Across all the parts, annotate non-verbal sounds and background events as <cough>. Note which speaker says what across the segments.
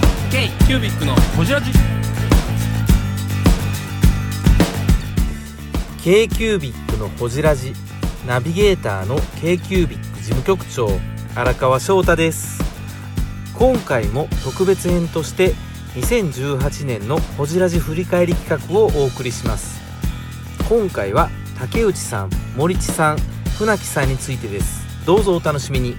Speaker 1: キュービックのホジラジ
Speaker 2: k q u b i c のほじラジナビゲーターの k q u b i c 事務局長荒川翔太です今回も特別編として2018年のほじラジ振り返り企画をお送りします今回は竹内さん森地さん船木さんについてですどうぞお楽しみに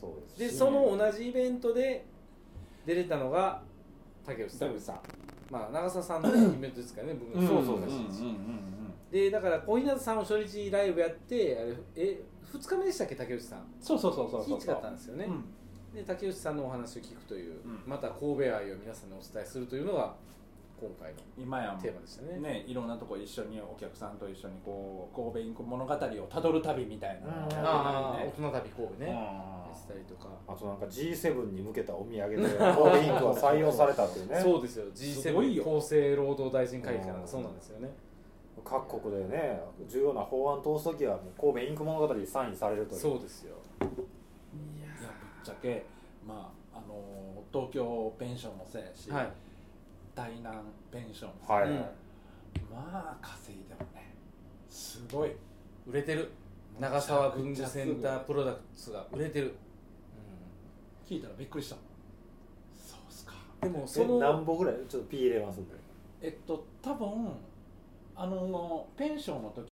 Speaker 3: そう
Speaker 2: でその同じイベントで出れたのが竹内さ
Speaker 3: 田
Speaker 2: ん
Speaker 3: 口さん
Speaker 2: まあ長澤さんのイベントですからね僕の
Speaker 3: そうそう
Speaker 2: だ
Speaker 3: そう
Speaker 2: し
Speaker 3: うんうん
Speaker 2: でだから小日向さんを初日ライブやってあれえ2日目でしたっけ竹内さん
Speaker 3: そうそうそうそう
Speaker 2: 日
Speaker 3: そう
Speaker 2: 近かったんですよね、
Speaker 3: うん
Speaker 2: で竹内さんのお話を聞くという、
Speaker 3: うん
Speaker 2: また神戸愛を皆さんにお伝えするというのが今回の
Speaker 3: 今やも
Speaker 2: テーマでしたね
Speaker 3: うねいろんなとこ一緒にお客さんと一緒にこう神戸インク物語をたどる旅みたいなのをやってたりね
Speaker 2: ああ大人旅神戸ね、やってたりとか、
Speaker 4: あとなんか G7 に向けたお土産
Speaker 2: <laughs>
Speaker 4: でコーデインクは採用されたっていうね
Speaker 2: そうですよ
Speaker 3: すごい
Speaker 2: G7
Speaker 3: よ
Speaker 2: 厚生労働大臣会議かなんかそうなんですよね
Speaker 4: 各国でね重要な法案通す時はもう神戸インク物語にサインされるという
Speaker 2: そうですよ
Speaker 3: いやぶっちゃけまああのー東京ペンションもそうやし、
Speaker 2: はい
Speaker 3: 台南ペンションもそう
Speaker 4: はい、
Speaker 2: うん
Speaker 3: まあ稼いでもねすごい
Speaker 2: 売れてる長沢文具センタープロダクツが売れてる、
Speaker 3: 聞いたらびっくりしたそうっすか
Speaker 2: うん、でもそ
Speaker 4: え何
Speaker 2: の
Speaker 4: 本ぐらいちょっと P 入れますんで
Speaker 3: えっと多分あのペンションの時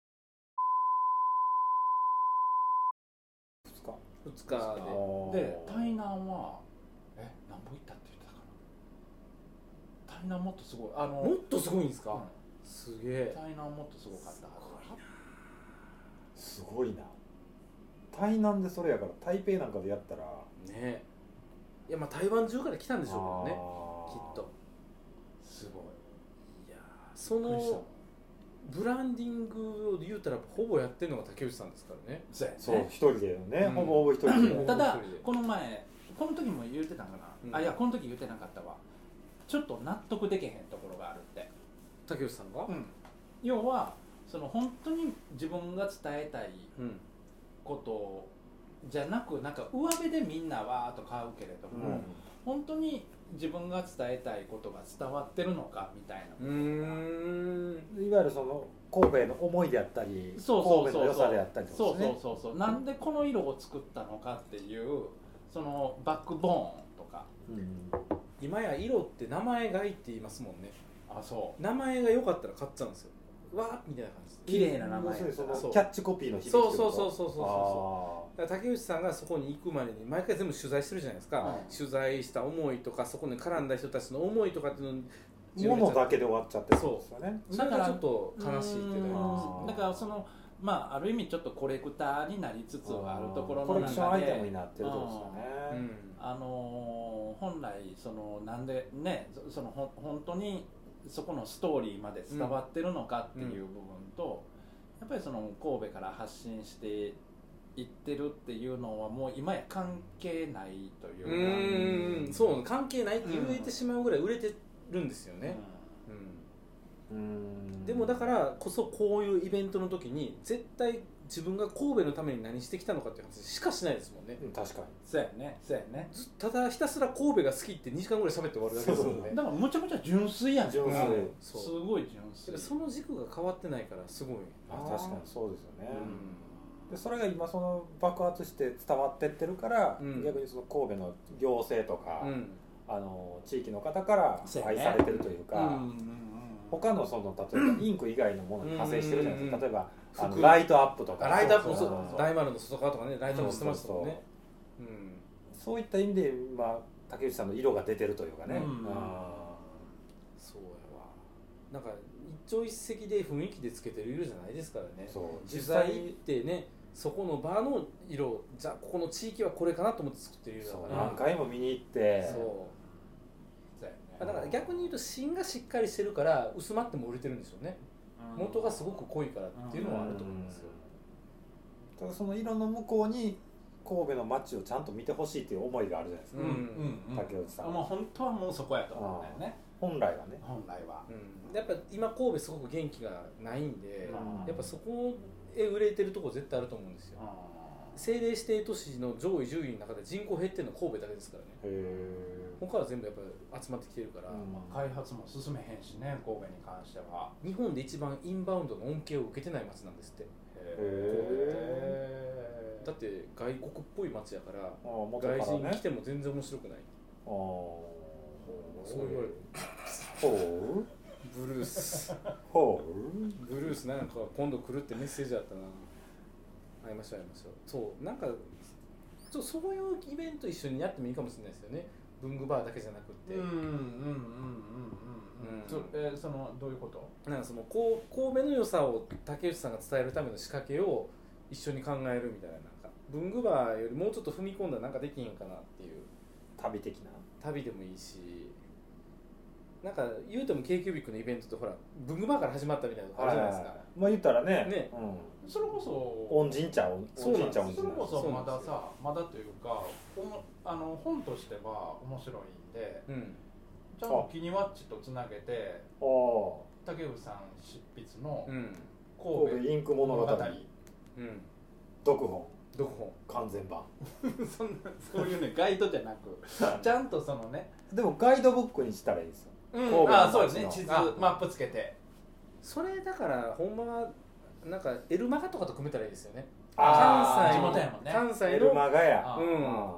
Speaker 2: 2
Speaker 4: 2日
Speaker 2: 日で
Speaker 3: で台南はえ何本行ったって言ってたかな台南もっとすごいあの
Speaker 2: もっとすごいんですか、
Speaker 3: う
Speaker 2: すげえ
Speaker 3: ん台南もっとすごかったはず
Speaker 4: すごいな台南でそれやから台北なんかでやったら
Speaker 2: ねいやまあ台湾中から来たんでしょうけどねきっ
Speaker 4: あ
Speaker 2: と
Speaker 3: すごい
Speaker 2: いやーそ
Speaker 3: びっくりした
Speaker 2: のブランディングを言うたらほぼやってるのが竹内さんですからね
Speaker 3: そうやね
Speaker 4: ーそう一人でね、
Speaker 2: うん
Speaker 4: ほぼほぼ一人
Speaker 2: <laughs>
Speaker 4: で、
Speaker 2: うん
Speaker 3: ただ
Speaker 2: 一人で
Speaker 3: この前この時も言ってたんかな、
Speaker 2: うん
Speaker 3: あいやこの時言ってなかったわちょっと納得できへんところがあるって、
Speaker 2: 竹内さんが
Speaker 3: 要はその本当に自分が伝えたい
Speaker 2: うん
Speaker 3: ことじゃなくなんか上辺でみんなわーっと買うけれど
Speaker 4: う
Speaker 3: も、
Speaker 4: ん
Speaker 3: 本当に自分が伝えたいことが伝わってるのかみたいな、
Speaker 2: ん
Speaker 4: いわゆるその神戸の思いであったり
Speaker 3: そうそ
Speaker 4: 神戸
Speaker 3: うそ
Speaker 4: の
Speaker 3: う
Speaker 4: 良
Speaker 3: そ
Speaker 4: さ
Speaker 3: う
Speaker 4: であったり
Speaker 3: そ
Speaker 4: と
Speaker 3: う
Speaker 4: かです
Speaker 3: そう
Speaker 4: ね
Speaker 3: そうそうなんでこの色を作ったのかっていうそのバックボーンとか
Speaker 4: うん
Speaker 2: 今や色って名前がいいって言いますもんね
Speaker 3: あそう
Speaker 2: 名前が良かったら買っちゃうんですよわーみたいな感じで
Speaker 3: 綺麗な名前
Speaker 4: 要するにその
Speaker 2: そう
Speaker 4: キャッチコピーの響き
Speaker 2: そうそうそうそうそうそう
Speaker 4: そ
Speaker 2: だから竹内さんがそこに行くまでに毎回全部取材してるじゃないですか、
Speaker 3: はい
Speaker 2: 取材した思いとかそこに絡んだ人たちの思いとかっていうのに
Speaker 4: ものだけで終わっちゃってるんですよね
Speaker 2: それがちょっと悲しいっていう
Speaker 3: う
Speaker 2: の
Speaker 3: んだからそのまあある意味ちょっとコレクターになりつつはあるところ
Speaker 4: コ
Speaker 3: の
Speaker 4: レクション
Speaker 3: 中
Speaker 4: アイテムに
Speaker 3: で
Speaker 4: なってるってこと
Speaker 2: が
Speaker 4: ですよね、
Speaker 3: あのー本来そのなんでねそそのほん本当にそこのストーリーまで伝わってるのかっていう部分と、やっぱりその神戸から発信していってるっていうのはもう今や関係ないといううか
Speaker 2: ん、うん、
Speaker 4: うん
Speaker 2: そう関係ないって言えてしまうぐらい売れてるんですよね、うん
Speaker 4: うん
Speaker 2: でもだからこそこういうイベントの時に絶対自分が神戸のために何してきたのかっていう話しかしないですもんね
Speaker 4: うん確か
Speaker 3: そうやねそうやね
Speaker 2: ずただひたすら神戸が好きって2時間ぐらい喋って終わるだけですもんね
Speaker 3: だからむちゃくちゃ純粋やん
Speaker 4: に
Speaker 3: す
Speaker 4: 上
Speaker 2: う
Speaker 4: 手
Speaker 2: ん
Speaker 4: で、
Speaker 2: そう
Speaker 3: ごい純
Speaker 2: だ
Speaker 3: 粋
Speaker 2: からその軸が変わってないからすごいな
Speaker 4: まあ、確かにそうですよね、
Speaker 2: うん
Speaker 4: でそれが今その爆発して伝わってってるから、
Speaker 2: うん
Speaker 4: 逆にその神戸の行政とか、
Speaker 2: うん
Speaker 4: あの地域の方から
Speaker 3: そうや
Speaker 4: 愛
Speaker 3: ね
Speaker 4: されてるというか、
Speaker 3: うんうんうんうん
Speaker 4: 他のその例えばインク以外のものに派生してるじゃないですか、
Speaker 2: うんうん
Speaker 4: 例えばあの
Speaker 2: 服
Speaker 4: ライトアップとか
Speaker 2: ライトアップもそ
Speaker 3: そうそうう
Speaker 2: 大丸の外側とかねライトアップしてましたもん
Speaker 4: そう
Speaker 2: ね
Speaker 4: そう
Speaker 2: うん
Speaker 4: そういった意味で、まあ、竹内さんの色が出てるというかね、
Speaker 3: うん
Speaker 4: あ
Speaker 2: そうやわなんか一朝一夕で雰囲気でつけてる色じゃないですからね
Speaker 4: ーそう
Speaker 2: 実際行ってねそこの場の色じゃあここの地域はこれかなと思って作ってる色
Speaker 4: そ
Speaker 2: だ
Speaker 4: う
Speaker 2: から
Speaker 4: 何回も見に行って
Speaker 2: そう
Speaker 3: そうやね
Speaker 2: だから逆に言うと芯がしっかりしてるから薄まっても売れてるんでしょうね元がすごく濃いからっていうのはあると思うんですよ
Speaker 4: ただその色の向こうに神戸の街をちゃんと見てほしいっていう思いがあるじゃないですか、
Speaker 3: うんうんうん
Speaker 4: 竹内さんは
Speaker 3: もう本当はもうそこやと思うんだよね
Speaker 4: 本来はね
Speaker 3: 本来は
Speaker 2: うんやっぱ今神戸すごく元気がないんで
Speaker 3: うん
Speaker 2: やっぱそこへ売れてるとこ絶対あると思うんですよ政令指定都市の上位10位の中で人口減ってるのは神戸だけですからね
Speaker 4: え
Speaker 2: 他は全部やっぱり集まってきてるから、
Speaker 3: 開発も進めへんしね神戸に関しては
Speaker 2: 日本で一番インバウンドの恩恵を受けてない町なんですって
Speaker 3: へえ
Speaker 2: だって外国っぽい町やから
Speaker 4: ああ元からね
Speaker 2: 外人来ても全然面白くない
Speaker 4: ああ
Speaker 2: そう言われる
Speaker 4: ほう
Speaker 2: ブルース
Speaker 4: ほ
Speaker 2: <laughs> ブルースなんか今度来るってメッセージあったな会いましょう会いましょうそうなんかちょそういうイベント一緒にやってもいいかもしれないですよね文具バーだけじゃなくって、
Speaker 3: うんうんうんうんうんうん
Speaker 2: うん
Speaker 3: そえーそのどういうこと
Speaker 2: なんかそのこう神戸の良さを竹内さんが伝えるための仕掛けを一緒に考えるみたいななんか文具バーよりもうちょっと踏み込んだらなんかできへんかなっていう
Speaker 4: う旅的な
Speaker 2: 旅でもいいしなんか言うても k q b i c のイベントってほら文具バーから始まったみたいなとこあるじゃないですか、
Speaker 4: まあ言ったらね
Speaker 2: ね
Speaker 4: うん
Speaker 3: それこそ
Speaker 4: 恩人ちゃう
Speaker 2: そうなん
Speaker 4: 恩人
Speaker 2: で
Speaker 4: ち
Speaker 2: す
Speaker 4: ゃう恩人なん
Speaker 3: それ
Speaker 4: で
Speaker 3: こ
Speaker 4: す
Speaker 3: そまださまだというかおもあの本としては面白いんで
Speaker 2: うん
Speaker 3: ちゃんと「キニワッチ」とつなげて竹内さん執筆の
Speaker 2: うん
Speaker 4: ああ
Speaker 3: 神
Speaker 4: 神
Speaker 3: 戸
Speaker 4: 戸インク物語
Speaker 3: 物
Speaker 2: うん
Speaker 3: 語
Speaker 4: 読本
Speaker 2: 読本
Speaker 4: 完全版
Speaker 3: そんなそういうねガイドじゃなくちゃんとそのね
Speaker 4: <laughs> でもガイドブックにしたらいいですよ
Speaker 3: うん
Speaker 4: 神戸の
Speaker 3: あそうですね地図
Speaker 2: あ
Speaker 3: マップつけて
Speaker 2: それだからほんまはなんかエルマガとかと組めたらいいですよね
Speaker 3: あ
Speaker 2: 関西
Speaker 3: ー地
Speaker 2: の
Speaker 3: 元やもんね
Speaker 2: 関
Speaker 4: エ
Speaker 2: 西
Speaker 4: ル
Speaker 2: の
Speaker 4: マガや
Speaker 3: あ
Speaker 2: うん
Speaker 4: あ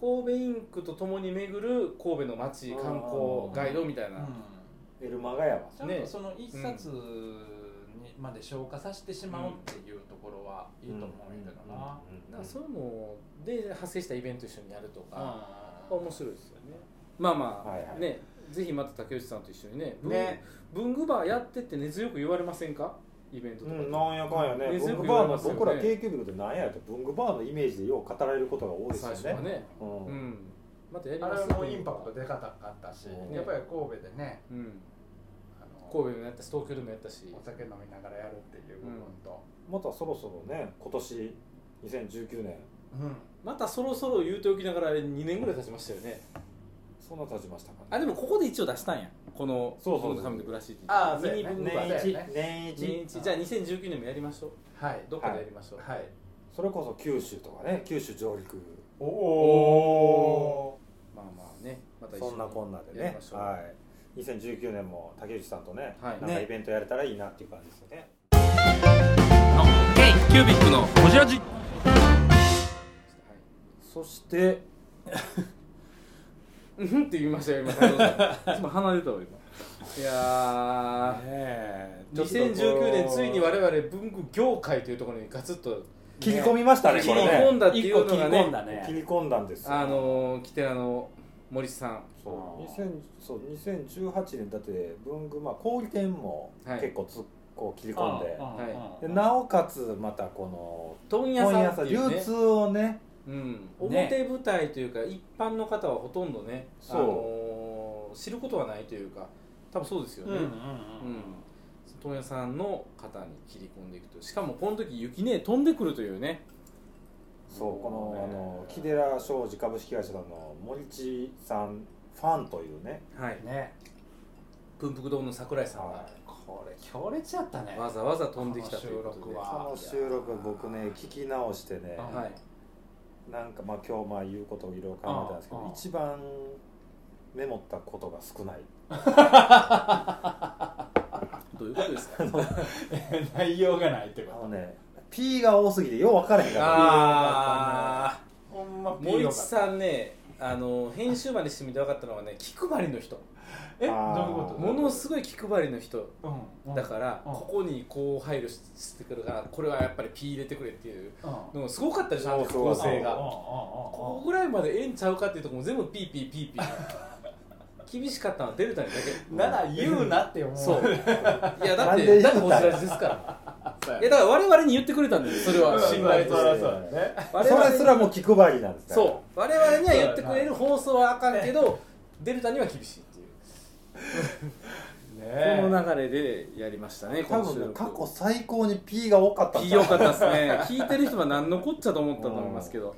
Speaker 2: 神戸インクとともに巡る神戸の街観光ガイドみたいな、
Speaker 4: あエルマガやわ
Speaker 3: ちゃん
Speaker 2: ね
Speaker 3: とその一冊にまで消化させてしまうっていうところはいいと思うんだけどな
Speaker 4: うん
Speaker 2: なんかそういうので派生したイベント一緒にやるとか、
Speaker 3: うん
Speaker 2: 面白いですよねまあまあ、
Speaker 4: はいはい
Speaker 2: ねぜひまた竹内さんと一緒にね文
Speaker 3: ね
Speaker 2: 文具バーやってって根強く言われませんかイベントと
Speaker 4: う
Speaker 2: かで、
Speaker 4: ん、なんやかんやね、
Speaker 2: ね
Speaker 4: 文
Speaker 2: よく
Speaker 4: 具バーの、
Speaker 2: 言われますよね
Speaker 4: 僕ら k q b ってなんやと文具バーのイメージでよう語られることが多いですよ
Speaker 2: 最
Speaker 4: ね
Speaker 2: 初はね
Speaker 4: うん
Speaker 2: うん、またやり
Speaker 3: あ
Speaker 2: ます
Speaker 3: れもインパクトでかかったし
Speaker 4: ね
Speaker 3: やっぱり神戸でね
Speaker 2: うん
Speaker 3: あの
Speaker 2: 神戸でもやったし東京でもやったし
Speaker 3: お酒飲みながらやるっていう部分と
Speaker 4: またそろそろね今年2019年
Speaker 3: うん
Speaker 2: またそろそろ言うておきながら2年ぐらい経ちましたよね
Speaker 4: そんな経ちましたか
Speaker 2: あでもここで一応出したんやこの「
Speaker 4: そうそうそう
Speaker 2: この神の暮らし」っていう
Speaker 3: ああそうやね
Speaker 2: ミニ文具バー
Speaker 4: 年
Speaker 2: で
Speaker 4: 一、
Speaker 3: そうやね
Speaker 4: 年一
Speaker 2: 年一じゃあ2019年もやりましょう
Speaker 3: はい
Speaker 2: どっかでやりましょう、
Speaker 3: はい
Speaker 4: それこそ九州とかね九州上陸
Speaker 3: お
Speaker 2: おまあまあねまた一緒
Speaker 4: そ
Speaker 2: に
Speaker 4: んなこんなで
Speaker 2: やり
Speaker 4: ね
Speaker 2: ましょう
Speaker 4: はい2019年も竹内さんとね、
Speaker 2: はい
Speaker 4: なんか
Speaker 2: ね
Speaker 4: イベントやれたらいいなっていう感じですよね
Speaker 2: キュービックのこじらじ
Speaker 4: そして
Speaker 2: うんって言いましたよ今今離れたわ今いや
Speaker 4: ね
Speaker 2: ー2019年ついに我々文具業界というところにガツッと
Speaker 4: 切り込みましたね
Speaker 2: 切
Speaker 4: こ
Speaker 2: り
Speaker 4: れ
Speaker 2: 込ん
Speaker 4: ね
Speaker 2: だっていうのがね
Speaker 3: だ
Speaker 4: 切り込んだんですよ
Speaker 2: あのー、来てあの森さん
Speaker 4: そう2000そう2018年だって文具まあ小売店も
Speaker 2: はい
Speaker 4: 結構つ、こう切り込んで
Speaker 2: は
Speaker 4: でなおかつまたこ
Speaker 2: 問
Speaker 4: の
Speaker 2: 屋
Speaker 4: 本
Speaker 2: さんっ
Speaker 4: 屋
Speaker 2: て
Speaker 4: さん
Speaker 2: いう
Speaker 4: 流
Speaker 2: ね
Speaker 4: 通をね
Speaker 2: うん、
Speaker 3: ね
Speaker 2: 表舞台というか一般の方はほとんどね、あ
Speaker 4: そう
Speaker 2: のー知ることはないというか多分そうですよ
Speaker 3: うん
Speaker 2: ね、
Speaker 3: うんうん
Speaker 2: うん問屋さんの方に切り込んでいくとしかもこの時雪ね飛んでくるというね
Speaker 4: そうこの
Speaker 2: ね
Speaker 4: あの木寺商事株式会社の森地さんファンというね
Speaker 2: はい
Speaker 3: ね
Speaker 2: 文福堂の桜井さんが、
Speaker 4: はい
Speaker 3: これ強烈やったね
Speaker 2: わざわざ飛んできたということ
Speaker 3: この
Speaker 2: で
Speaker 3: 収録
Speaker 4: こ
Speaker 3: は
Speaker 4: の収録僕ね聞き直してね
Speaker 3: うん
Speaker 2: はい、
Speaker 4: なんかまあ今日まあ言うことをいろいろ考えたんですけ
Speaker 3: うんう
Speaker 4: ど
Speaker 3: ん
Speaker 4: 一番メモったことが少ない
Speaker 2: どういうことですか
Speaker 3: <laughs> 内容がないって
Speaker 4: あ
Speaker 3: こ
Speaker 4: のね P が多すぎてよう分からへん
Speaker 2: <laughs>
Speaker 4: か
Speaker 2: あ
Speaker 3: とほんま
Speaker 2: ー森さんねあの編集までしてみて分かったのはね気配りの人
Speaker 3: えどういう
Speaker 4: あー
Speaker 3: こと
Speaker 2: ものすごい気配りの人
Speaker 3: うんうん
Speaker 2: だから、
Speaker 3: うん
Speaker 2: ここにこう配慮ししてくるからこれはやっぱり P 入れてくれっていう
Speaker 3: うん
Speaker 2: のがすごかったでしょあの
Speaker 4: そうそう
Speaker 2: 構成
Speaker 3: うんうん
Speaker 2: がここぐらいまでええんちゃうかっていうとこも全部ピーピーピーピ
Speaker 4: <laughs>
Speaker 2: ー厳しかったのはデルタにだけ
Speaker 3: うんうんなら言うなって思う
Speaker 2: そういやだ
Speaker 4: な
Speaker 2: っ
Speaker 4: んで
Speaker 2: てだ
Speaker 4: 言
Speaker 2: ってこ
Speaker 4: うたん
Speaker 2: ち
Speaker 4: や
Speaker 2: らですから
Speaker 3: そうや
Speaker 2: いやだから我々に言ってくれたんですよそれは
Speaker 3: うん
Speaker 2: 信頼と
Speaker 4: う
Speaker 2: し
Speaker 4: ん
Speaker 2: て
Speaker 3: そうそうね
Speaker 4: ら
Speaker 2: 我
Speaker 4: そ
Speaker 2: 々
Speaker 4: れすらも気配りなんですから
Speaker 2: そう我々には言ってくれる放送はあかんけどデルタには厳しいっていう
Speaker 3: ね
Speaker 2: この流れでやりましたね
Speaker 4: 多分ね過去最高に P が多かったん
Speaker 2: い
Speaker 4: ち
Speaker 2: い
Speaker 4: ゃう
Speaker 2: よかったですね聞いてる人は何のこっちゃと思ったと思いますけど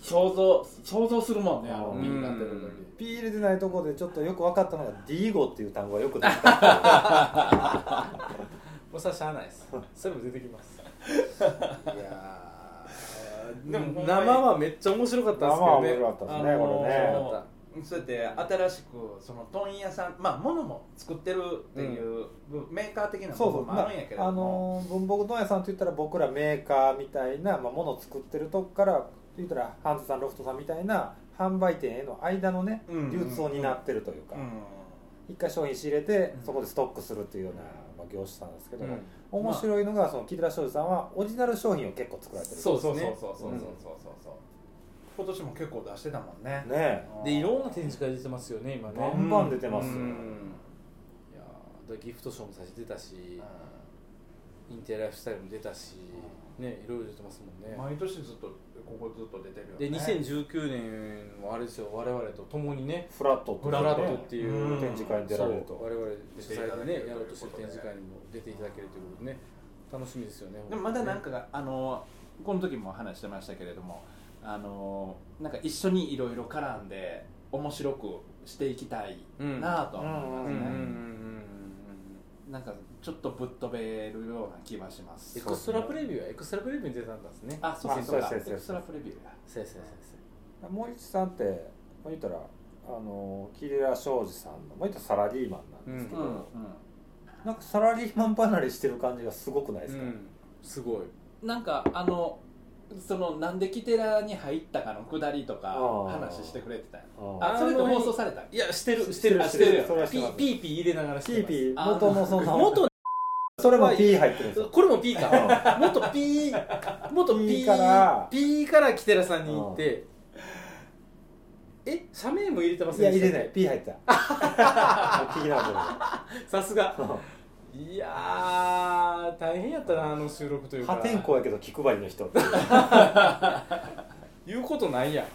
Speaker 3: 想像想像するもんねあの
Speaker 4: うん
Speaker 3: ビーが出る
Speaker 4: P 入れてないところでちょっとよく分かったのが D 語っていう単語がよく出て
Speaker 2: <laughs>
Speaker 4: きた
Speaker 2: もうさしゃあないですそれも出てきますいやー生はめっちゃ面白かったですけどね
Speaker 4: 生は面白かったですね
Speaker 2: あのー
Speaker 4: これ
Speaker 2: 面
Speaker 4: ね
Speaker 2: 白かっ
Speaker 3: そうやって新しくその問屋さんまあ物も作ってるっていう、メーカー的な
Speaker 4: そう
Speaker 3: 部
Speaker 4: そう
Speaker 3: 分もあるんやけれ
Speaker 4: まあ
Speaker 3: ど
Speaker 4: あ
Speaker 3: も、
Speaker 4: のー文房具問屋さんと言ったら僕らメーカーみたいな、まあ、ものを作ってるとこから言ったらハンズさんロフトさんみたいな販売店への間のね
Speaker 3: うん
Speaker 4: 流通を担ってるというか、一回商品仕入れて
Speaker 3: うん
Speaker 4: そこでストックするっていうような、まあ、業種さんですけど、
Speaker 2: たうん
Speaker 4: 面白いのがその木寺庄司さんはオリジナル商品を結構作られてる
Speaker 2: そうです
Speaker 3: そう
Speaker 2: ね
Speaker 3: そうそうそうそうそうそうそう今年も結構出してたもんね
Speaker 4: ねえ
Speaker 2: でいろんな展示会出てますよね今ね
Speaker 4: バンバン出てますよ、
Speaker 2: うんいやーだからギフトショーも最初出たしインテリアライフスタイルも出たしねいろいろ出てますもんね
Speaker 3: 毎年ずっとここずっと出てるよ
Speaker 2: で
Speaker 3: ね
Speaker 2: 2019年はあれですよ我々と共にね
Speaker 4: フラットって
Speaker 2: ブ
Speaker 4: いうね
Speaker 2: ララットっていううん
Speaker 4: 展示会に出られる
Speaker 2: そう
Speaker 4: と
Speaker 2: 我々主催で
Speaker 3: 出てい
Speaker 2: ね
Speaker 3: ただけるということで
Speaker 2: やろうとしてる展示会にも出ていただけるということでね楽しみですよね
Speaker 3: でもまだなんかがあのこの時も話してましたけれどもあのなんか一緒にいろいろ絡んで面白くしていきたいなぁとは思
Speaker 2: う
Speaker 3: いま
Speaker 2: んう
Speaker 3: すね
Speaker 2: ん、うんうんうん
Speaker 3: なんかちょっとぶっ飛べるような気はします
Speaker 2: エクストラプレビューはエクストラプレビューに出たんですね
Speaker 3: あそうかそう
Speaker 4: あ
Speaker 3: か
Speaker 4: そう
Speaker 3: エ
Speaker 4: ですそうです
Speaker 3: クストラプレビューや
Speaker 2: そうそうそうそう
Speaker 4: 森内さんってまあ言ったらあの木寺庄司さんの、まあ、言ったらサラリーマンなんですけ
Speaker 2: う
Speaker 4: ど、
Speaker 2: ん
Speaker 4: なんかサラリーマン離れしてる感じがすごくないですか、
Speaker 2: うんすごい
Speaker 3: なんかあのそのなんでキテラに入ったかのくだりとか
Speaker 4: あー
Speaker 3: 話してくれてたよ
Speaker 4: あ
Speaker 3: あそれと放送された
Speaker 2: いやしてるしてる
Speaker 3: あ
Speaker 2: し
Speaker 3: してて
Speaker 2: る
Speaker 3: る
Speaker 2: よ
Speaker 4: それはし
Speaker 2: ピ
Speaker 4: てま
Speaker 2: ー
Speaker 4: す
Speaker 2: ピーピー入れながらし
Speaker 4: ピ
Speaker 2: て
Speaker 4: ー
Speaker 2: ます
Speaker 4: ピー
Speaker 3: あー
Speaker 4: 元のその
Speaker 2: 元
Speaker 4: それも P 入ってるんですよ
Speaker 2: これも P か元 P 元 P
Speaker 4: P から
Speaker 2: P からキテラさんに行ってえ社名も入れてま
Speaker 4: い
Speaker 2: せ
Speaker 4: や
Speaker 2: んで
Speaker 4: 入
Speaker 2: した
Speaker 4: れ
Speaker 2: っけ
Speaker 4: ない P 入った聞き直してま
Speaker 2: さすが
Speaker 4: す
Speaker 2: いやー大変やったなあの収録というか
Speaker 4: 破天荒やけど気配りの人
Speaker 2: 言うことない
Speaker 4: <laughs>
Speaker 2: やん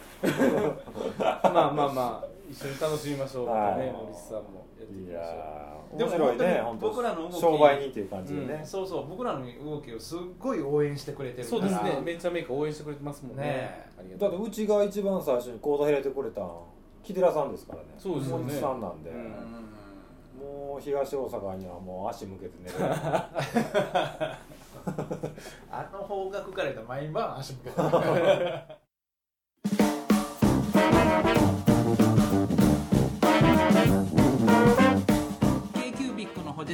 Speaker 2: まあまあまあ一緒に楽しみましょう
Speaker 4: はい
Speaker 2: またね森さんもやっていき
Speaker 4: い
Speaker 2: ましょう
Speaker 4: やー
Speaker 3: で
Speaker 4: 面
Speaker 3: も
Speaker 4: 白いね
Speaker 3: 本
Speaker 4: 本
Speaker 3: 当
Speaker 4: 当
Speaker 3: に僕らの動き
Speaker 4: 商売人っていう感じで
Speaker 2: う
Speaker 4: ね、
Speaker 3: そうそう僕らの動きをすっごい応援してくれてるか
Speaker 2: そう
Speaker 3: ら
Speaker 2: ですねめっちゃメイク応援してくれてますもんね
Speaker 3: ね
Speaker 2: ありが
Speaker 4: だ
Speaker 2: と
Speaker 4: っ
Speaker 2: う
Speaker 4: てうちが一番最初に講座開いてくれたん木寺さんですからね
Speaker 2: そうですよね
Speaker 4: 森内さんなんで、
Speaker 2: うん
Speaker 4: もう東大阪にはもう足向けて寝る
Speaker 3: あの方角からやったら毎晩足向けて
Speaker 5: k ー b i c のホジ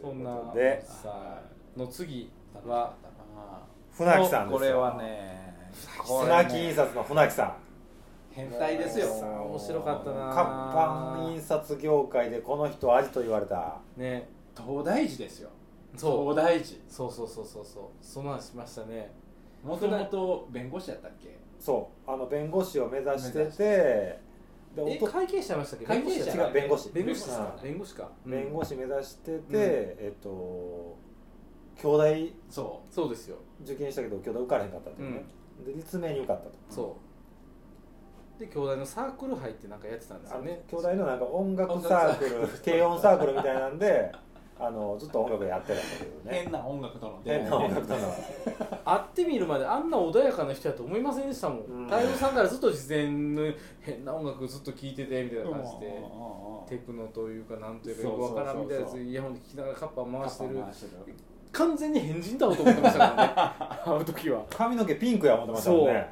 Speaker 2: そんな
Speaker 4: で
Speaker 2: さあの次は
Speaker 4: 船木さんですよ
Speaker 3: これはねこれ
Speaker 4: 船木印刷の船木さん
Speaker 3: 変態ですよ
Speaker 2: さあ面白かったな
Speaker 4: 活版印刷業界でこの人アジと言われた
Speaker 2: ね
Speaker 3: 東大寺ですよ
Speaker 2: そう
Speaker 3: 東大寺
Speaker 2: そうそうそうそうそうその話しましたね
Speaker 3: もともと弁護士やったっけ
Speaker 4: そうあの弁護士を目指して
Speaker 3: 目
Speaker 4: て
Speaker 3: 指し
Speaker 4: で
Speaker 2: え
Speaker 4: おと
Speaker 2: 会計士ちゃいましたっけ
Speaker 3: 会計士
Speaker 2: 弁護士
Speaker 4: 違
Speaker 2: や
Speaker 4: う弁護士
Speaker 2: 弁護士ですか
Speaker 4: うん
Speaker 2: 弁護士かうん
Speaker 4: 弁護士目指してて、
Speaker 2: ん
Speaker 4: えっと兄弟
Speaker 3: そう
Speaker 2: そうですよ
Speaker 4: 受験したけど兄弟受からへんかったっていうね、で立命に受かったと
Speaker 2: そうで兄弟のサークル入ってなんかやってたんです
Speaker 4: あ
Speaker 2: よ
Speaker 4: の
Speaker 2: ね
Speaker 4: 兄弟のなんか音楽サークル低音サークルみたいなんであのずっと音楽やってたんだけどね
Speaker 3: 変な音楽との出会い
Speaker 4: 変
Speaker 3: ね
Speaker 4: な音楽だな
Speaker 2: 会ってみるまであんな穏やかな人やと思いませんでしたも
Speaker 4: うん
Speaker 2: ん太陽さんからずっと事前の変な音楽ずっと聴いててみたいな感じ
Speaker 3: うん
Speaker 2: でテクノというかなんというか
Speaker 3: そ
Speaker 2: よ
Speaker 3: う
Speaker 2: く
Speaker 3: そうそうそう
Speaker 2: わからんみたいなやつイヤホンで聴きながらカッパ
Speaker 3: うんうん
Speaker 2: 回してる
Speaker 3: 回してる
Speaker 2: 完全に変人だろうと思ってましたからね会う時は
Speaker 4: 髪の毛ピンクや思ってましたもんね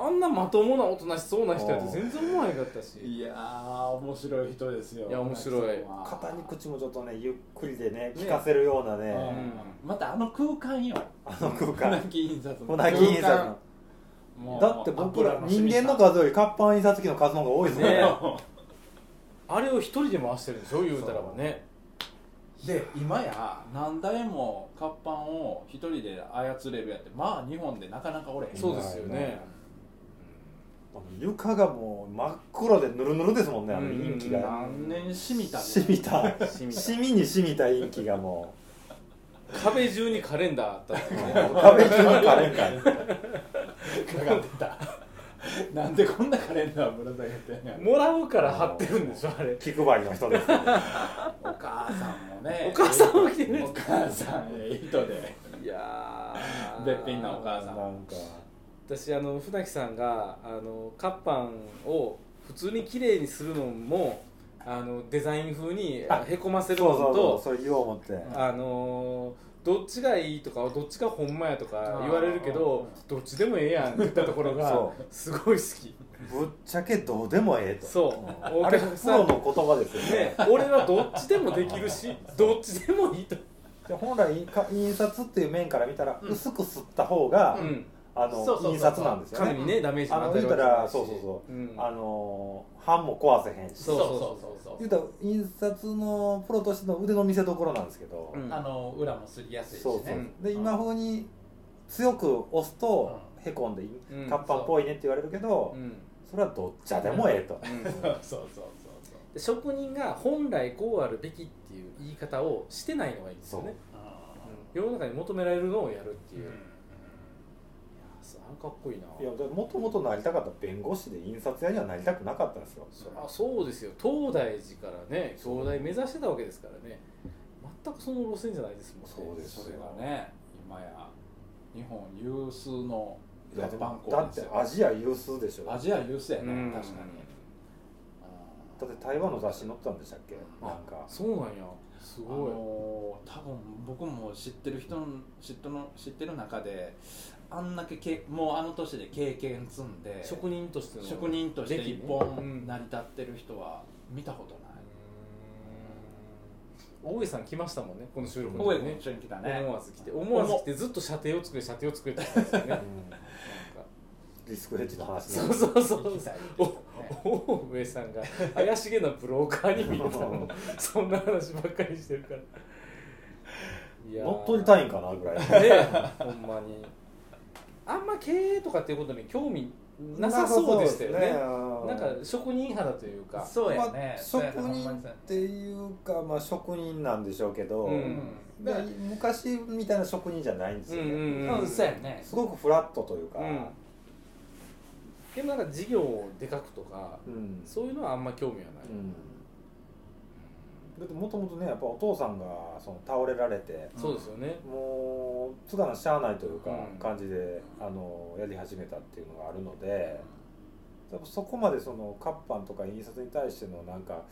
Speaker 2: あんなまともなおとなしそうな人やと全然思わへんかったし
Speaker 3: いやー面白い人ですよ
Speaker 2: いや面白い
Speaker 3: この人は
Speaker 4: 肩に口もちょっとねゆっくりでね聞かせるようなね
Speaker 2: う
Speaker 3: またあの空間よ
Speaker 4: あの空
Speaker 3: 船
Speaker 4: 間
Speaker 3: 木印刷の
Speaker 4: 船木印刷の
Speaker 3: もう
Speaker 4: だって僕ら
Speaker 3: 油染
Speaker 4: 人
Speaker 3: みした
Speaker 4: 間の数より活版印刷機の数の方が多いですもんね
Speaker 2: ねあれを一人で回してるんでしょ言うたらばね
Speaker 3: で今や何台も活版を一人で操れるやってまあ日本でなかなかおれへん
Speaker 2: そうですよね
Speaker 4: 床がもう真っ黒でぬるぬるですもんねあの
Speaker 2: うん
Speaker 4: 陰気が
Speaker 3: 何年しみたね
Speaker 4: 染みた
Speaker 2: しみた
Speaker 4: <laughs> 染みに染みた陰気がも
Speaker 2: 壁中にカレンダーあったんですよね
Speaker 4: 壁中にカレンダー
Speaker 3: かかってたなんでこんなカレンダーぶら下げてんや
Speaker 2: もらうから貼ってるんでしょあれ
Speaker 4: 気配りの人ですね
Speaker 3: お母さんも
Speaker 2: お
Speaker 3: ね
Speaker 2: 母さんも来てる
Speaker 3: お母さんえ糸で
Speaker 2: いやー
Speaker 3: べっぴんなお母
Speaker 4: なん
Speaker 3: さん
Speaker 4: か
Speaker 2: 私あの船木さんがあのカッパンを普通に綺麗にするのもあのデザイン風に
Speaker 4: あ
Speaker 2: へこませ
Speaker 4: そう
Speaker 2: るの
Speaker 4: そうそう
Speaker 2: と
Speaker 4: それ言おう思って
Speaker 2: あのどっちがいいとかどっちがほんまやとか言われるけどどっちでもええやんって言ったところが
Speaker 4: そ
Speaker 2: すごい好き
Speaker 4: ぶっちゃけどうでもええと
Speaker 2: そう
Speaker 4: うんあれプロの言葉ですよ
Speaker 2: ね
Speaker 4: ね、
Speaker 2: 俺はどっちでもできるしどっちでもいいと、
Speaker 4: で本来か印刷っていう面から見たら薄くすった方が、
Speaker 2: うん、
Speaker 4: あ
Speaker 3: そうそうそ
Speaker 4: の
Speaker 3: う
Speaker 4: 印刷なんですよね
Speaker 2: 紙にねダメージ
Speaker 4: あ
Speaker 2: も
Speaker 4: の
Speaker 2: 与え
Speaker 4: 言うた
Speaker 2: るわ
Speaker 4: ら
Speaker 2: けだ
Speaker 4: そう
Speaker 2: し
Speaker 4: そうそう、
Speaker 2: うん
Speaker 4: あの版も壊せへんし
Speaker 2: そう
Speaker 3: そうそう
Speaker 4: 言うたら印刷のプロとしての腕の見せ所なんですけど、
Speaker 2: うん
Speaker 3: あの裏もすりやすいしね
Speaker 4: そうそう、
Speaker 2: うん
Speaker 4: で今風に強く押すとへこんでいい、
Speaker 2: うん
Speaker 4: カッパンっぽいねって言われるけど、
Speaker 2: うん
Speaker 4: それはどっちでもええと、
Speaker 2: うん
Speaker 3: そうそうそうそう
Speaker 2: で職人が本来こうあるべきっていう言い方をしてないのがいいですよね、
Speaker 3: あ
Speaker 2: うん世の中に求められるのをやるって
Speaker 3: ー
Speaker 2: いう、
Speaker 3: う
Speaker 2: いや
Speaker 3: ん
Speaker 2: それはかっこいいない
Speaker 4: やもともとなりたかった弁護士で印刷屋にはなりたくなかったんですよ
Speaker 2: そりゃそうですよ東大寺からね東大目指してたわけですからね全くその路線じゃないですもんね
Speaker 4: そうです
Speaker 3: それがね今や日本有数の
Speaker 4: いやで
Speaker 3: 活版
Speaker 4: も
Speaker 3: 校
Speaker 4: だ
Speaker 3: で
Speaker 4: っ
Speaker 3: す
Speaker 4: て
Speaker 3: よ
Speaker 4: アジア有数でしょだ
Speaker 3: ア
Speaker 4: っ
Speaker 3: ジア優勢や
Speaker 2: う
Speaker 3: ね
Speaker 2: ん
Speaker 3: 確かに
Speaker 4: て台湾の雑誌に載ってたんでしたっけなんか
Speaker 2: そうなんやす
Speaker 3: あ
Speaker 2: ごい、
Speaker 3: のー多分僕も知ってる人の知っての知ってる中であんだけけもうあの年で経験積んで
Speaker 2: 職人としての
Speaker 3: 職人として
Speaker 2: できね
Speaker 3: 一
Speaker 2: う
Speaker 3: 本
Speaker 2: ん
Speaker 3: 成り立ってる人は見たことない
Speaker 2: 大江さん来ましたもんねこの収録
Speaker 3: 大江
Speaker 2: 時
Speaker 3: 君
Speaker 2: ね
Speaker 3: 一緒に来たね
Speaker 2: 思わず来て思わず来てずっと射程を作れ射程を作れって言っ
Speaker 3: <laughs>
Speaker 2: てたんですよねなんか
Speaker 4: リスクヘッジの話
Speaker 2: そうそうそ
Speaker 3: 行
Speaker 2: う
Speaker 3: きたい
Speaker 2: おお大上さんが怪しげなブローカーに見えた
Speaker 3: <laughs>
Speaker 2: の
Speaker 4: <laughs>
Speaker 2: そんな話ばっかりしてるからいやー
Speaker 4: 乗っ取りたいんかなぐらい
Speaker 2: ね
Speaker 4: <laughs>
Speaker 2: えほんまにあんま経営とかっていうことに興味 <laughs> なさそうでしたよねな
Speaker 4: なん
Speaker 2: か職人派だというか
Speaker 3: そうや
Speaker 4: ま
Speaker 3: ね
Speaker 4: あ、
Speaker 3: そう
Speaker 4: 職
Speaker 3: やねほんま
Speaker 4: 人
Speaker 3: にそう
Speaker 4: っ
Speaker 3: やね
Speaker 4: ていうか、まあ、職人なんでしょうけど、
Speaker 2: うん
Speaker 4: だから昔みたいな職人じゃないんですよね、
Speaker 2: うんうん
Speaker 3: うんそうやね
Speaker 4: すごくフラットというか、
Speaker 2: うんでもなんか事業をでかくとか
Speaker 4: うん
Speaker 2: そういうのはあんま興味はない、
Speaker 4: うんだってもともとねやっぱお父さんがその倒れられて
Speaker 2: そうですよね、
Speaker 4: もうつかなしゃあないというか
Speaker 2: うん
Speaker 4: 感じで、あのやり始めたっていうのがあるので多分そこまでその活版とか印刷に対してのなんか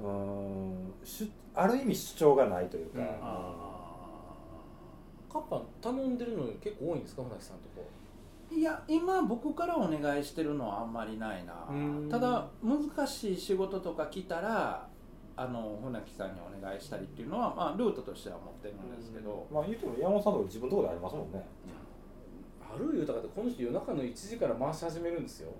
Speaker 4: うーん主ある意味主張がないというか、
Speaker 2: うん
Speaker 3: あ
Speaker 2: カッパ頼んでるの結構多いんですか船木さんとこ
Speaker 3: ーいや今僕からお願いしてるのはあんまりないな
Speaker 2: うん
Speaker 3: ただ難しい仕事とか来たらあの船木さんにお願いしたりっていうのは、まあ、ルートとしては持ってるんですけど
Speaker 4: まあ言うても山本さんとか自分のところでありますもんね
Speaker 2: ある言うたかってこの人夜中の1時から回し始めるんですよ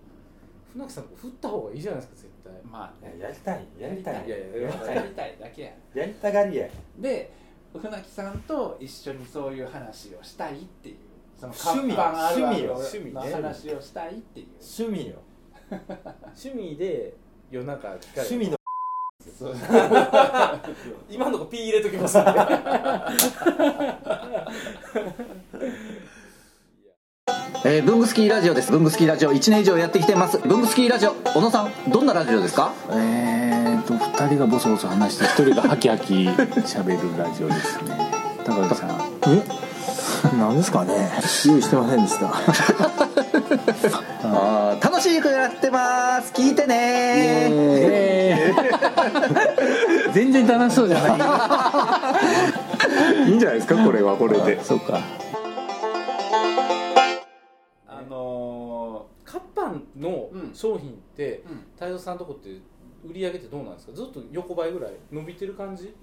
Speaker 2: 船木さんとこ振った方がいいじゃないですか絶対
Speaker 3: まあね
Speaker 4: やりたいやりたい
Speaker 2: いやいやいや
Speaker 3: やりたいだけや
Speaker 4: やりたがりや
Speaker 3: で船木さんと一緒にそういう話をしたいっていうその
Speaker 4: 趣味
Speaker 3: 看板あるあ
Speaker 2: 趣
Speaker 3: る
Speaker 2: 味よ
Speaker 3: の
Speaker 2: 趣味ね
Speaker 3: 話をしたいっていう
Speaker 4: 趣味よ
Speaker 2: 趣味で夜中機械
Speaker 4: 趣味の
Speaker 3: そう
Speaker 2: 今のとこピー入れとき
Speaker 4: <laughs>
Speaker 2: ますんで
Speaker 6: えー、ブングスキーラジオですブングスキーラジオ1年以上やってきてますブングスキーラジオ小野さんどんなラジオですか
Speaker 7: えーと2人がボソボソ話して1人がハキハキ喋るラジオですね高橋さん
Speaker 8: えなんですかね用意してません
Speaker 7: <laughs>
Speaker 8: でした
Speaker 6: あー楽しい曲やってます聞いてね
Speaker 7: え
Speaker 6: <laughs>
Speaker 7: ー全然楽しそうじゃない
Speaker 6: <laughs>
Speaker 8: いいんじゃないですかこれはこれで
Speaker 7: そうか
Speaker 3: あの
Speaker 2: カッパの商品って
Speaker 3: うん
Speaker 2: 太蔵さんのとこって売り上げってどうなんですかずっと横ばいぐらい伸びてる感じ、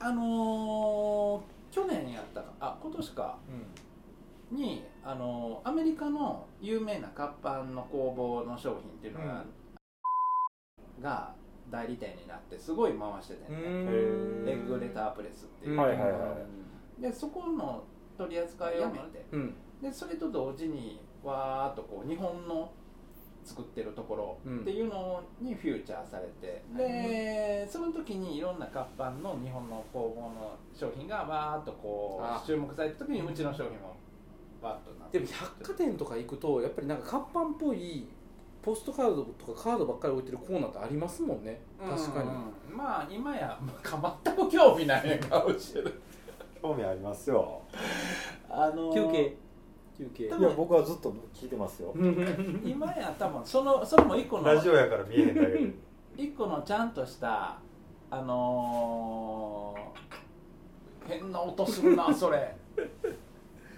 Speaker 3: ーあのー去年やったかあ今年かに、あのーアメリカの有名な活版の工房の商品っていうのが、が代理店になってすごい回してて、
Speaker 2: う
Speaker 3: ね
Speaker 2: ーん
Speaker 3: エッグレタープレスっていう、
Speaker 2: うん
Speaker 4: はいはいは
Speaker 3: でそこの取り扱いをやめて
Speaker 2: うん
Speaker 3: でそれと同時にわーっとこう日本の作ってるとこ
Speaker 2: うん
Speaker 3: ろっていうのにフューチャーされて、でその時にいろんな活版の日本の工房の商品がわーっとこ
Speaker 2: あ
Speaker 3: う注目された時にうちの商品もわーっとなって
Speaker 2: でも百貨店とか行くとやっぱりなんか活版っぽいポストカードとかカードばっかり置いてるコーナーってありますもんね確かに、
Speaker 3: うんまあ今やまあかまったも興味ない顔してる
Speaker 4: 興味ありますよ
Speaker 3: あのー
Speaker 2: 休憩休憩
Speaker 4: いや僕はずっと聞いてますよ
Speaker 3: <laughs> 今や多分そのそれも一個の
Speaker 4: ラジオやから見えへんだけど
Speaker 3: 一個のちゃんとしたあのー変な音するなそれ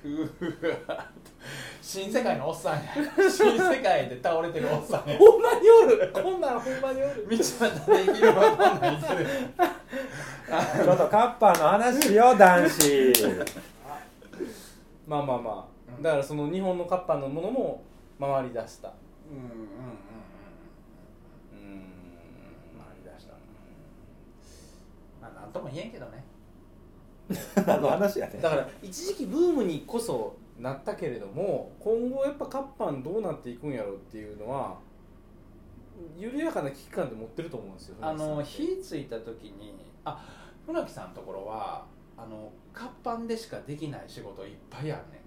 Speaker 3: うわ新世界のおっさんや新世界で倒れてるおっさ
Speaker 2: <laughs>
Speaker 3: んや
Speaker 2: ほんまにおるこんなんほんまにおる
Speaker 3: 道端で昼間こんなん言って
Speaker 4: <laughs>
Speaker 3: る
Speaker 4: ちょっとカッパーの話しよう男子
Speaker 2: まあまあまあ、
Speaker 3: うん
Speaker 2: だからその日本の活版のものも回り出した
Speaker 3: うんうんうんうん
Speaker 2: うん
Speaker 3: 回り出したまあなんとも言えんけどね
Speaker 4: 何の話やねん
Speaker 2: だから一時期ブームにこそなったけれども今後やっぱ活版どうなっていくんやろうっていうのは緩やかな危機感で持ってると思うんですよ
Speaker 3: あの
Speaker 2: 船木さんって
Speaker 3: 火ついた時にあ船木さんのところはあの活版でしかできない仕事いっぱいあるねんね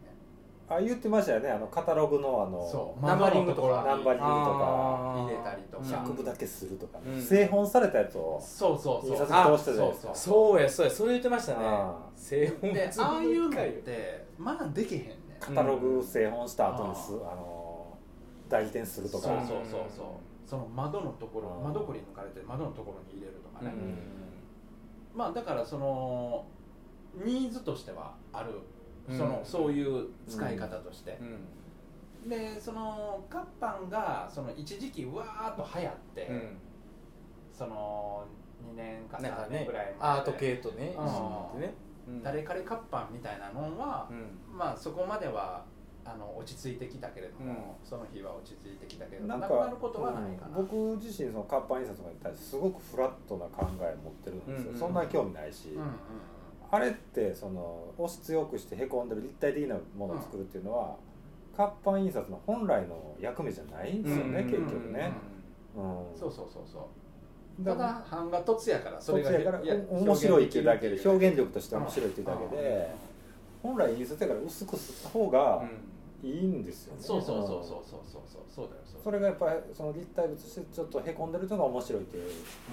Speaker 4: あ言ってましたよねあのカタログのあの
Speaker 3: そう
Speaker 2: ナンバリング
Speaker 3: 窓のと
Speaker 2: と
Speaker 3: ころ
Speaker 2: か
Speaker 3: に
Speaker 4: ナンバリングとか
Speaker 2: あー
Speaker 3: 入れたりとか
Speaker 4: 100部だけするとか、
Speaker 2: うん
Speaker 4: 製本されたやつを
Speaker 3: そうそうそ
Speaker 4: 印
Speaker 3: う
Speaker 4: 刷
Speaker 3: あ
Speaker 4: 通したじゃないですか
Speaker 3: そう
Speaker 2: そうやそうやそれ言ってましたね
Speaker 4: あ
Speaker 2: 製
Speaker 3: そう
Speaker 2: 本
Speaker 3: で
Speaker 2: 通
Speaker 3: ああいうのっ
Speaker 2: 会
Speaker 3: てまあできへんねん
Speaker 4: カタログ製本した後にす、あの代理店する
Speaker 3: そ
Speaker 4: と
Speaker 3: う
Speaker 4: か
Speaker 3: そうそうそうその窓のところ
Speaker 4: うん
Speaker 3: 窓こり抜かれて窓のところに入れるとか
Speaker 2: うん
Speaker 3: ね、まあだからそのニーズとしてはあるその、
Speaker 2: うん
Speaker 3: そういう使い方として、
Speaker 2: うん
Speaker 3: でそのカッパンがその一時期うわーっと流行って、
Speaker 2: うん
Speaker 3: その2年か
Speaker 2: なんか
Speaker 3: 3年
Speaker 2: ね
Speaker 3: ぐらいま
Speaker 2: ア
Speaker 3: で
Speaker 2: ート系とね一
Speaker 3: うん
Speaker 2: 緒になってねうん
Speaker 3: 誰かれカッパンみたいなのんは
Speaker 2: う、ん
Speaker 3: まあそこまではあの落ち着いてきたけれども、その日は落ち着いてきたけれども
Speaker 4: なん
Speaker 3: な
Speaker 4: か
Speaker 3: くなることはないかな、
Speaker 4: うん僕自身その活版印刷とかに対してすごくフラットな考え持ってるんですよ、
Speaker 2: うんうんうん
Speaker 4: そんな興味ないし、
Speaker 3: うんうんうん
Speaker 4: あれってその押し強くしてへこんでる立体的なものを作るっていうのは、活版印刷の本来の役目じゃないんですよね、
Speaker 2: うんうんうん
Speaker 4: 結局ね、うん
Speaker 3: そうそうそうそう
Speaker 4: だ
Speaker 3: た
Speaker 4: から
Speaker 3: だ版が凸やからそ
Speaker 4: そっ
Speaker 3: れ
Speaker 4: ち
Speaker 3: が
Speaker 4: やから
Speaker 3: いや
Speaker 4: お面白いっていうだけで表現力として面白いって
Speaker 3: で
Speaker 4: い
Speaker 3: き
Speaker 4: う
Speaker 3: る
Speaker 4: だけで本来印刷やから薄くすった方がいいんですよ
Speaker 3: うん
Speaker 4: ね
Speaker 3: そうそうそうそうそうそうそうそうだよ
Speaker 4: うん
Speaker 3: そうだ
Speaker 4: そ
Speaker 3: よ
Speaker 4: れがやっぱりその立体物としてちょっとへこんでるというのが面白いっていう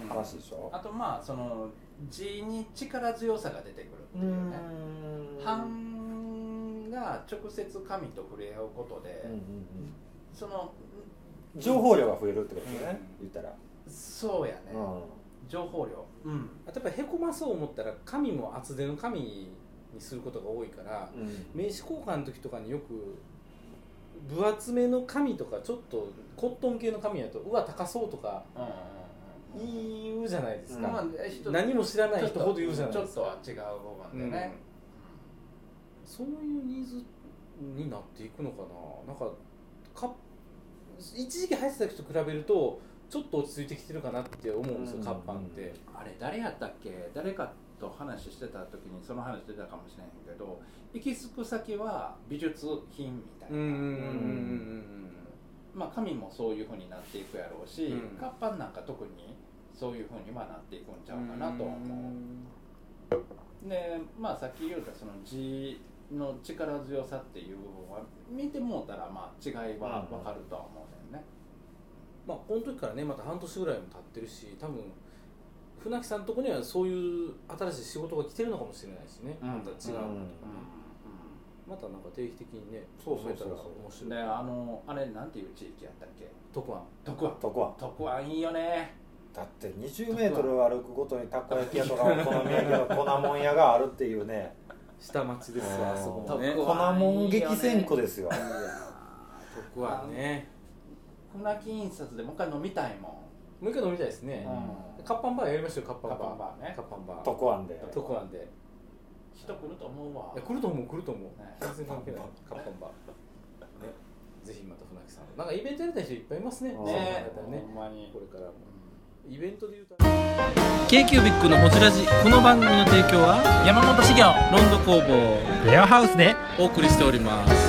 Speaker 4: 話でしょ
Speaker 3: あとまあその字に力強さが出てくるっていうね版が直接紙と触れ合うことで、
Speaker 4: うんうんうん
Speaker 3: その
Speaker 4: 情報量が増えるってことですね、
Speaker 2: う
Speaker 4: 言ったら、
Speaker 3: そうやね、
Speaker 4: うん
Speaker 3: 情報量うん
Speaker 2: あとやっぱへこまそう思ったら紙も厚手の紙にすることが多いから名刺交換の時とかによく分厚めの紙とかちょっとコットン系の紙やとうわ高そうとか
Speaker 3: うんうん
Speaker 2: 言うじゃないです
Speaker 4: うん
Speaker 2: か、
Speaker 3: まあ一つ
Speaker 2: 何も知らない人ほど言うじゃない
Speaker 3: ちょ
Speaker 2: で
Speaker 3: っ
Speaker 2: すか
Speaker 3: とは違う部分でね、
Speaker 2: うんそういうニーズになっていくのかななんかか一時期入ってた時と比べるとちょっと落ち着いてきてるかなって思うんです
Speaker 4: う
Speaker 2: よ
Speaker 4: ん
Speaker 2: 活版って、
Speaker 3: あれ誰やったっけ誰かと話してた時にその話出たかもしれへんけど行き着く先は美術品みたいな、
Speaker 2: うんうんうん
Speaker 3: まあ紙もそういうふうになっていくやろうし、
Speaker 2: うん
Speaker 3: 活版なんか特にそういうふうにはなっていくんちゃうかなとは思うでまあさっき言うたその字の力強さっていう部分は見てもうたらまあ違いは分かるとは思うんだよね、
Speaker 2: まあこの時からねまた半年ぐらいも経ってるし多分船木さんのとこにはそういう新しい仕事が来てるのかもしれないしね、
Speaker 3: うん
Speaker 2: また違う、
Speaker 4: うん
Speaker 2: またなんか定期的にね
Speaker 4: そうそうそうそう
Speaker 2: 増え
Speaker 3: うん
Speaker 2: た
Speaker 3: で
Speaker 2: ら面白い
Speaker 3: あのあれなんていう地域やったっけ
Speaker 2: 特番
Speaker 3: 徳湾
Speaker 4: とこは
Speaker 3: 徳湾いいよね
Speaker 4: だって20メートル歩くごとにたこ焼き屋とかお好み焼き屋とか粉もん屋があるっていうね
Speaker 2: 下町です
Speaker 4: うん
Speaker 2: わあそこもね
Speaker 3: 特
Speaker 4: 粉もん激戦区ですよ
Speaker 2: 特番ね
Speaker 3: 船木印刷でもう一回飲みたいも
Speaker 2: もう一回飲みたいですね
Speaker 3: ん、、うん、
Speaker 2: カッパンバーやりましょうカッパ
Speaker 3: カ
Speaker 2: ン
Speaker 3: ッ
Speaker 2: バ
Speaker 3: パン
Speaker 2: ー
Speaker 3: バーね
Speaker 2: カッパンバ
Speaker 4: と
Speaker 2: ー
Speaker 4: こはんで
Speaker 2: 特番で
Speaker 3: 人来ると思うわ
Speaker 2: いや来ると思う来ると思う
Speaker 3: ね
Speaker 2: 全然関係ないカッパンバーねぜひまた船木さんなんかイベントやりたい人いっぱいいますね
Speaker 4: うん
Speaker 2: ね
Speaker 3: ねほんまに
Speaker 2: これからもイベントで言うと
Speaker 9: k q b i c のホジラジこの番組の提供は山本資源ロンド工房レアハウスでお送りしております